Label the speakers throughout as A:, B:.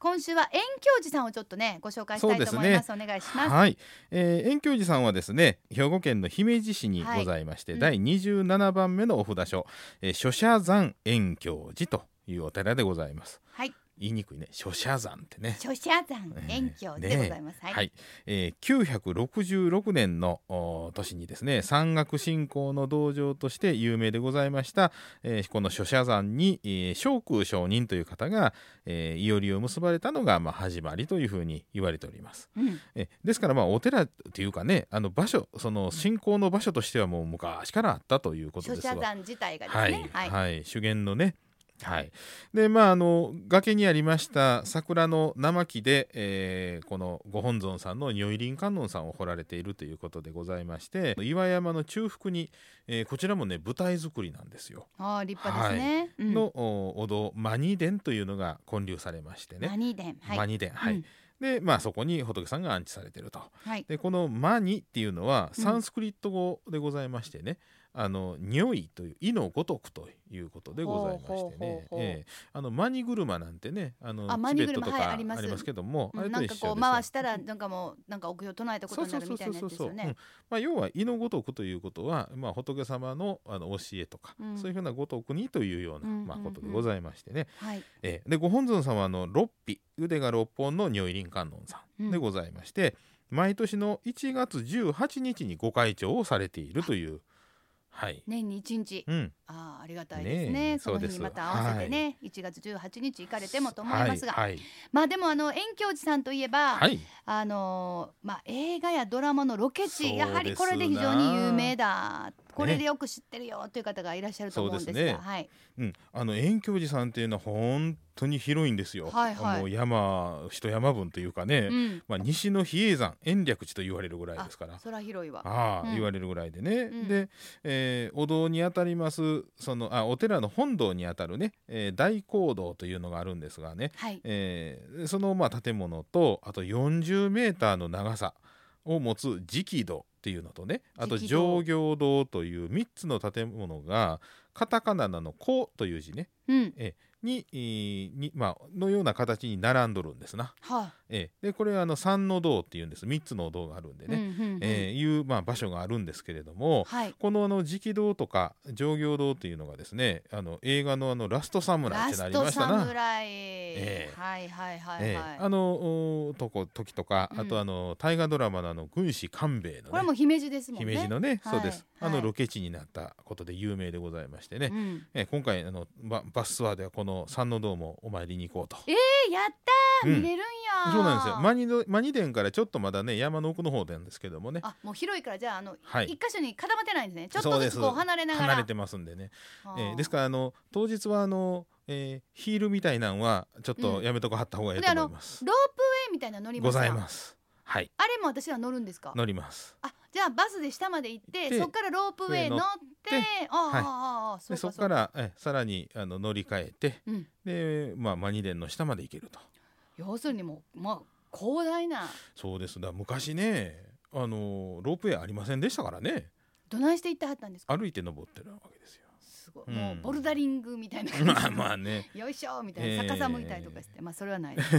A: 今週は遠教寺さんをちょっとねご紹介したいと思いますお願いします
B: はい、えー、遠教寺さんはですね兵庫県の姫路市にございまして、
A: はい
B: 第27番目のお札所、えー、書写山遠教寺というお寺でございます
A: はい
B: 言いにくいね書写山ってね
A: 書写山遠教寺でございます、
B: はい、
A: はい
B: えー、966年のおー年にですね山岳信仰の道場として有名でございました、えーこの書写山に、えー、昇空上人という方が、えー、いおりを結ばれたのが、まあ、始まりというふうに言われております。
A: うん
B: えですからまあお寺っていうかねあの場所その信仰の場所としてはもう昔からあったということ
A: 書
B: です
A: 写
B: わ。
A: 山自体がです
B: はい、
A: ね
B: はい、修験のね。はい、でまああの崖にありました桜の生木で、えーこのご本尊さんの如意輪観音さんを彫られているということでございまして岩山の中腹に、えーこちらもね舞台作りなんですよ、
A: ああ立派ですね、うん
B: のおお堂マニ殿というのが建立されましてね、
A: 何伝はい
B: マニ殿はい、
A: うん
B: でまあそこに仏さんが安置されていると。
A: はい
B: でこの「マニ」っていうのは
A: うん
B: サンスクリット語でございましてね「あの匂い」という「意のごとく」ということでございまして
A: ほうほうほう
B: ね
A: ほう
B: ええあのマニ車なんてねあの
A: あマ
B: チ
A: ニ
B: ベット
A: 車
B: と
A: はい
B: か
A: あ
B: あ
A: り
B: り
A: ま
B: ますけども、
A: う
B: あれ
A: ん
B: と
A: なん
B: 一緒
A: か
B: ですよ
A: こう回したらなんかもうなんか奥を唱えたこ
B: そ
A: と
B: う
A: になる
B: そうそ
A: み
B: う
A: たいな
B: そ
A: やつ
B: う
A: です
B: そう、
A: よ
B: う
A: ね
B: ん。まあ、要は「意のごとく」ということは、まあ、仏様のあの教えとか、
A: うん
B: そういうふうなごとくにというような、
A: うん
B: まあ、
A: うん
B: ことでございましてね、
A: はい。
B: ええでご本尊様の六匹腕が六本の如意輪観音さ
A: うんん
B: でございまして、毎年の1月18日にご開帳をされているというはい、
A: 年に一日。
B: うん、
A: ああありがたいです
B: ね
A: ね。
B: え
A: その
B: そ
A: 日
B: うで
A: に
B: す
A: また合わせてね、1月18日行かれてもと思いますが、
B: はい
A: まあでもあの遠京寺さんといえば、
B: はい、はい
A: あのーまあ映画やドラマのロケ
B: そうです
A: 地
B: な
A: やはりこれで非常に有名だ。これでよく知ってるよという方がいらっしゃると思うんです
B: そうです
A: が、
B: ね
A: はい。
B: うん、あの遠教寺さんっていうのは本当に広いんですよ、
A: はいはい
B: もう山一山分というかね、
A: うん。
B: まあ、西の比叡山延暦寺と言われるぐらいですから
A: 空広いは。
B: ああ、
A: うん
B: 言われるぐらいでね、
A: ん
B: で、えーお堂にあたりますそのあお寺の本堂にあたるね、えー大講堂というのがあるんですがね、
A: はい。
B: えーそのまあ建物とあと40メーターの長さを持つ直堂っていうのとねあと
A: 直堂
B: 上行堂という3つの建物がカタカナの「こ」という字ね
A: うん。
B: に,、えーにまあ、のような形に並んどるんですな。
A: は
B: えーでこれはあの三の堂っていうんです3つのお堂があるんで
A: い。
B: ね。
A: うんうんうん
B: えーいう、まあ、場所があるんですけれども、
A: はい。
B: このあの直堂とか上行堂というのがですねあの映画のあのラストサムラ
A: ラ
B: イってな
A: ス
B: り
A: ト
B: ました
A: サム
B: な。
A: ライ、
B: ええ
A: はいはいはいはい、
B: ええあのおとこ時とか、
A: うん
B: あとあの大河ドラマのあの軍師官兵衛の
A: これ
B: ね
A: も姫路ですもんね
B: 姫路のね、
A: はい
B: そうです、
A: はい
B: あのロケ地になったことで有名でございましてね、
A: うん、
B: ええ今回あのババスツアーではこの三の堂もお参りに行こうと。
A: えやったー、
B: うん
A: 見れるんや
B: そうなんですよマニドマニ殿からちょっとまだね山の奥の方なんですけどもね
A: あもう広いからじゃああの、
B: はい
A: 一箇所に固まってないんですねちょっと
B: そうで
A: ず
B: す
A: つこう離れながら
B: 離れてますんでね
A: はあ
B: えーですからあの当日はあの、えーヒールみたいなんはちょっ
A: う
B: と
A: ん
B: やめとこはった方がいいと思います。
A: ロープウェイみたいなの乗りま
B: ご
A: すか
B: ざいます。はい
A: あれも私は乗るんですか
B: 乗ります。
A: あじゃあバスで下まで行って
B: で
A: そこからロープウェイ乗って
B: 上乗
A: ああ、
B: はい
A: ああああそ
B: で
A: うか
B: そ
A: そう
B: こ
A: か、
B: かららえーさらにあの乗り換えて
A: うん、
B: でまあマニデンの下まで行けると。
A: 要するにもうまあ広大な
B: そうです。だから昔ねあのロープウェイありませんでしたからね
A: どないして行ってはったんですか
B: 歩いて登ってるわけですよ。
A: すごい、
B: うん
A: もうボルダリングみたいな感じ
B: まあまあね。
A: よいしょみたい
B: ええ
A: な逆さ向いたりとかして、まあそれ はないです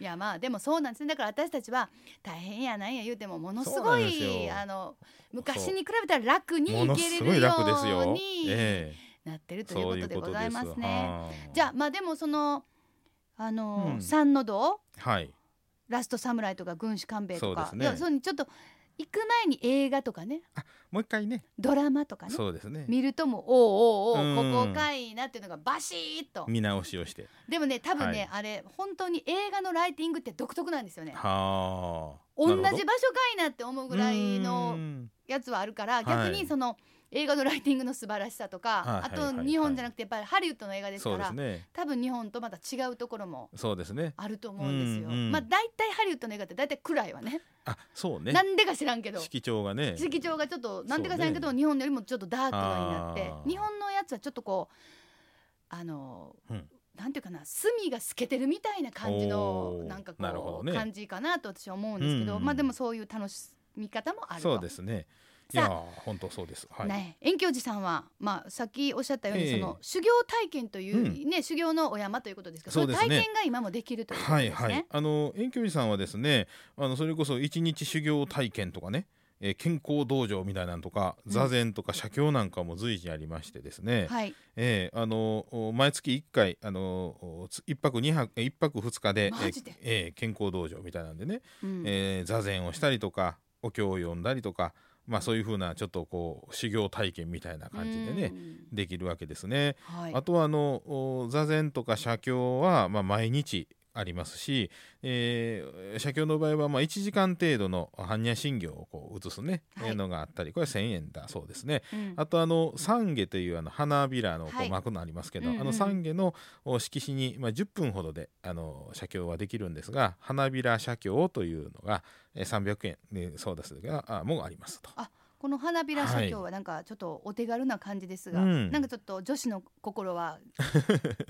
A: いやまあでもそうなんですねだから私たちは大変やなんや言うてもものす
B: そうな
A: ご
B: んです
A: い
B: よ
A: あの昔に比べたら楽に
B: も
A: 行
B: の
A: け
B: す
A: れ
B: ご
A: る
B: い
A: よ
B: 楽です
A: う
B: よ。
A: に
B: え
A: なってる
B: え
A: という
B: そ
A: こ
B: うい
A: と
B: う
A: で
B: こ
A: ご
B: と
A: ざい
B: です。
A: ますね。
B: はあ
A: じゃあまあでもそのあの、
B: うん
A: 三の堂
B: はい
A: ラストサムライとか軍師官兵衛とか
B: そうですね
A: いやそうにちょっと行く前に映画とかね
B: もう一回ね
A: ドラマとかね
B: そうですね
A: 見るともうおうおうおう、
B: うん
A: ここかいなっていうのがバシッと
B: 見直しをして。
A: でもね多分ね、
B: はい
A: あれ本当に映画のライティングって独特なんですよね。
B: はあ。
A: 同じ場
B: な
A: 所か
B: るほど
A: いなって思うぐらいう
B: ー
A: の
B: ん
A: やつはあるから
B: い
A: 逆にその映画のライティングの素晴らしさとか、
B: はい
A: あ
B: はいはい
A: と
B: はい
A: 日本じゃなくてやっぱりハリウッドの映画です
B: そ
A: か
B: うで
A: ら
B: すね
A: 多分日本とまた違うところも
B: そうですね
A: あると思うんですよ。
B: うんうん
A: まあ大体ハリウッドの映画って大体暗いわね
B: あそうね
A: なんでか知らんけど
B: 色調がね
A: 色調がちょっとなんでか知らんけど、
B: そう
A: 日本よりもちょっとダークなになっ
B: あ
A: て
B: ー
A: 日本のやつはちょっとこうあの、
B: うん
A: なんていうかな墨が透けてるみたいな感じの
B: おー
A: なんか
B: なるほ
A: こ
B: ど
A: う、
B: ね
A: 感じかなと私は思うんですけど、
B: うんうん
A: まあでもそういう楽しみ方もあると
B: そうですねいや本当そうです。はい。
A: ね、遠鏡寺さんは、まあ、さっきおっしゃったように、
B: ええ
A: その修行体験という、ね、修行のお山ということですが、
B: そう
A: の
B: ですね
A: 体験が今もできるということ
B: はい
A: ですね。
B: はい、あの遠距離さんはですねあのそれこそ一日修行体験とかね、えー健康道場みたいなのとか
A: ん
B: 座禅とか写経なんかも随時ありましてですね、
A: はい
B: えーあのお毎月1回あのおつ一泊二泊えー一泊二日で
A: マジで
B: えーえー健康道場みたいなんでね、
A: うん
B: えー座禅をしたりとかお経を読んだりとか、まあ、そういうふうなちょっとこう修行体験みたいな感じでね、
A: うん
B: できるわけですね。
A: はい、
B: あとはあのお座禅とか写経は、まあ、毎日ありますし、えー写経の場合はまあ1時間程度の般若心経をこう写すね、
A: はい
B: えーのがあったりこれは1,000円だそうですね。
A: うん
B: あとあの三下というあの花びらのこ
A: はいう
B: 巻くのありますけど、
A: うんうん
B: あの三下のお色紙に、まあ、10分ほどであの写経はできるんですが花びら写経というのがえー300円、ね、そうですがあもうありますと。
A: この花びら写経
B: は
A: はなんかちょっとお手軽な感じですが、
B: うん
A: なんかちょっと女子の心は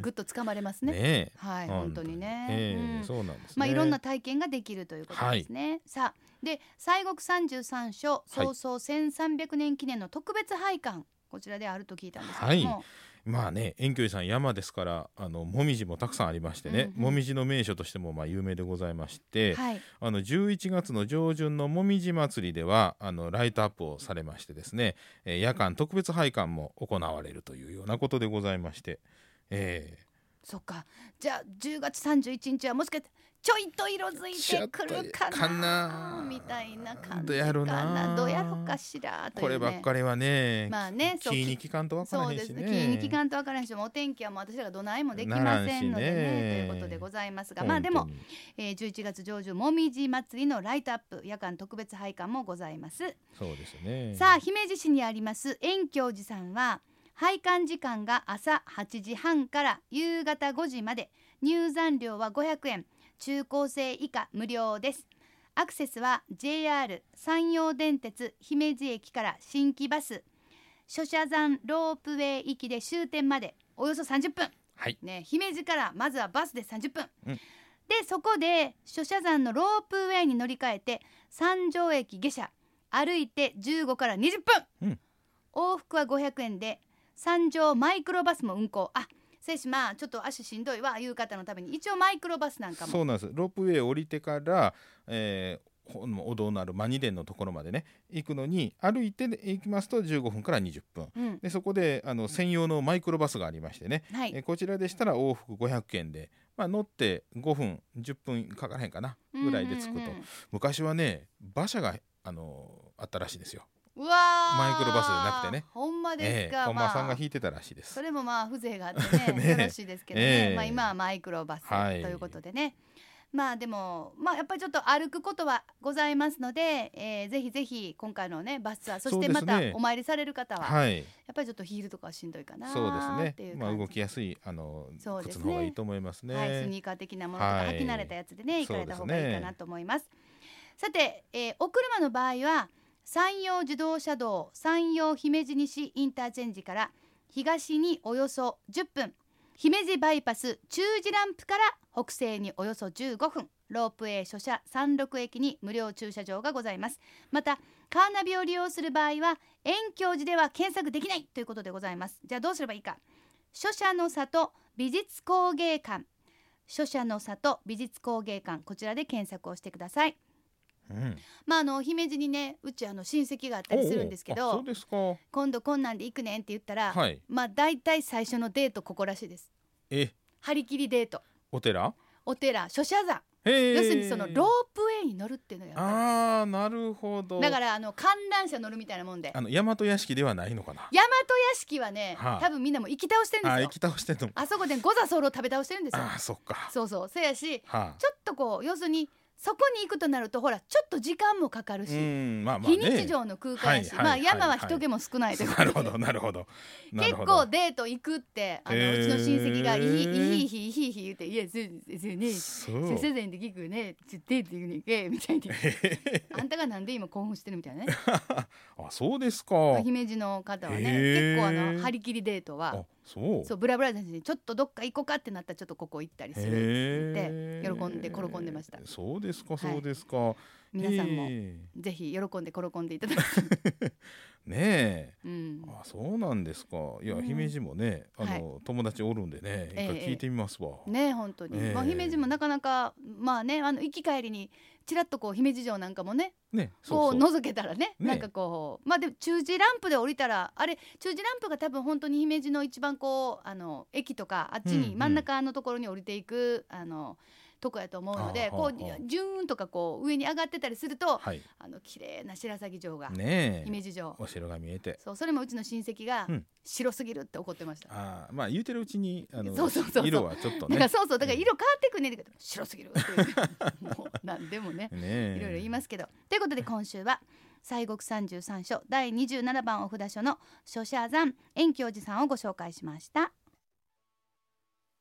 A: ぐっとつかまれますね。
B: ねえ
A: はい、本当にね。
B: ええ
A: うん
B: そうなんですね。
A: まあ、いろんな体験ができるということですね。さあで西国三十三所早々1300年記念の特別拝観こちらであると聞いたんですけども、
B: まあね遠距離さん山ですからあのもみじもたくさんありましてね、
A: うんうん
B: もみじの名所としてもまあ有名でございまして、
A: はい
B: あの11月の上旬のもみじ祭りではあのライトアップをされましてですね、えー夜間特別拝観も行われるというようなことでございまして、え
A: そっかじゃあ10月31日はもしかしてちょいと色づいてくるかな
B: ちょっとかな
A: みたいな感じかな
B: どやろな
A: どやろかしら
B: ー
A: という、ね、
B: こればっかりはね,、
A: まあねそう
B: 気に聞かんと分から
A: そう
B: へん
A: で
B: し
A: す
B: ね
A: ね。気に聞かんとわからんし、もうお天気はもう私らがどないもできませんのでね
B: ならんしね
A: ということでございますが、まあでも
B: 本当に
A: えー、11月上旬もみじ祭りのライトアップ夜間特別拝観もございます、
B: そうですね
A: さあ姫路市にあります遠鏡寺さんは拝観時間が朝8時半から夕方5時まで入山料は500円中高生以下無料ですアクセスは JR 山陽電鉄姫路駅から新規バス諸社山ロープウェイ行きで終点までおよそ30分
B: はい
A: ね、姫路からまずはバスで30分、
B: うん
A: でそこで諸社山のロープウェイに乗り換えて三条駅下車歩いて15から20分、
B: うん
A: 往復は500円で三条マイクロバスも運行あせいしまあちょっと足しんどいわいう方のために一応マイクロバスなんかも
B: そうなんですロープウェイ降りてから、えーほんお堂のあるマニデンのところまでね行くのに歩いて行きますと15分から20分
A: うん
B: でそこであの専用のマイクロバスがありましてね、
A: は
B: え
A: い、
B: ーこちらでしたら往復500円で、まあ、乗って5分10分かからへんかなぐらいで着くと、
A: うんうんうん
B: 昔はね馬車があのあったらしいですよ、
A: うわー
B: マイクロバスじゃなくてね
A: ほんまで
B: え
A: す
B: ー
A: か、
B: 本間さん
A: ま
B: が
A: あ
B: 引いてたらしいです
A: そ。れもまあ風情があってね
B: ねえ
A: よろしいですけどね、
B: ええ
A: まあ、今はマイクロバスと
B: はい
A: いうことでね、まあでもまあやっぱりちょっと歩くことはございますので、えー、ぜひぜひ今回のねバスツアーそして
B: そうで
A: ます
B: ね
A: たお参りされる方は、や
B: はい、
A: っぱりちょっとヒールとかはしんどいかな
B: そう
A: っ
B: で
A: て
B: す
A: い
B: ね
A: う。
B: まあ
A: 感
B: 動
A: じ
B: きやすいあの、
A: そうです
B: 靴
A: ね
B: の方がいいと思いますね。
A: はい、スニーカー的なものとか
B: はい
A: 履き慣れたやつでね、行かれた方が
B: そうです
A: いい
B: ね
A: かなと思います。さて、えーお車の場合は山陽自動車道山陽姫路西インターチェンジから東におよそ10分姫路バイパス中次ランプから北西におよそ15分ロープウェイ諸社三陸駅に無料駐車場がございますまたカーナビを利用する場合は遠鏡寺では検索できないということでございますじゃあどうすればいいか書写の里美術工芸館書写の里美術工芸館こちらで検索をしてください
B: うん
A: まああの姫路にねうちあの親戚があったりするんですけ
B: おうおうあそ
A: ど
B: うですか。
A: 今度こんなんで行くねんって言ったら、
B: はい。
A: まあ大体最初のデートここらしいです
B: え、
A: 張り切りデート
B: お寺？
A: お寺書写山
B: へえ
A: 要するにそのロープウェイに乗るっていうのがやっぱ
B: ああなるほど
A: りだからあの観覧車乗るみたいなもんで
B: あの大和屋敷ではないのかな
A: 大和屋敷はね、
B: はあ
A: 多分みんなもう行き倒してるん
B: あ
A: です
B: ー
A: よ
B: 行き倒してんの
A: あそこで五座候を食べ倒してるんですよ
B: あーそっか
A: そうそうせやし
B: はあ
A: ちょっとこう要するにそこに行くとなるとほらちょっと時間もかかるし、
B: うんまあまあ
A: 非
B: ね
A: 日常の空間やし、
B: はいはい
A: まあ山は
B: はい
A: 人気も少ないということで
B: なるほどなるほどな
A: 結
B: るほど
A: 構デート行くってあの
B: へ
A: う
B: ー
A: ちの親戚が「いひいひいひいひ」言って「いやせせね
B: そう
A: せせぜんで聞くねちょデート行くねんけ」みたいにあんたがなんで今興奮してるみたいなね
B: あそうですか
A: 姫路の方はね
B: へー
A: 結構あの張り切りデート
B: あ
A: は
B: そう
A: そうブラブラじゃなくてちょっとどっか行こうかってなったらちょっとここ行ったりする
B: へー
A: 喜んで転んでました
B: そうですか
A: はい
B: そうですか、
A: 皆さんも
B: え
A: ぜひ喜んで転んでいただき、
B: えねえ
A: うん、
B: あそうなんですかいや、
A: うん
B: 姫路もねあ
A: は
B: の、友達おるんでね一
A: ええ
B: 回聞いてみますわ、
A: ねえ本当に、
B: ええ
A: まあ、姫路もなかなかまあねあの行き帰りにちらっとこう姫路城なんかもね
B: ね
A: こ
B: そううそう
A: 覗けたらね
B: ね
A: なんかこうまあでも中字ランプで降りたらあれ中字ランプが多分本当に姫路の一番こうあの駅とかあっち
B: うん
A: に
B: うん
A: 真ん中のところに降りていく、あのとこやと思うので
B: あ
A: こ
B: はあはあ
A: うジューンとかこう上に上がってたりすると
B: はい
A: あの綺麗な白鷺城が、
B: ね
A: 姫
B: え
A: 路城
B: お城が見えて
A: そうそれもうちの親戚が
B: うん
A: 白すぎるって怒ってました、
B: あーまあ言うてるうちにあの
A: そうそうそうそう
B: 色はちょっ
A: だ
B: と
A: から
B: ね
A: そうそうだから色変わってくんねんけど白すぎるっていうもう何でも ね
B: ねえ
A: いろいろ言いますけど。ということで今週は西国三十三所第二十七番お札所の書写山遠教寺さんをご紹介しました。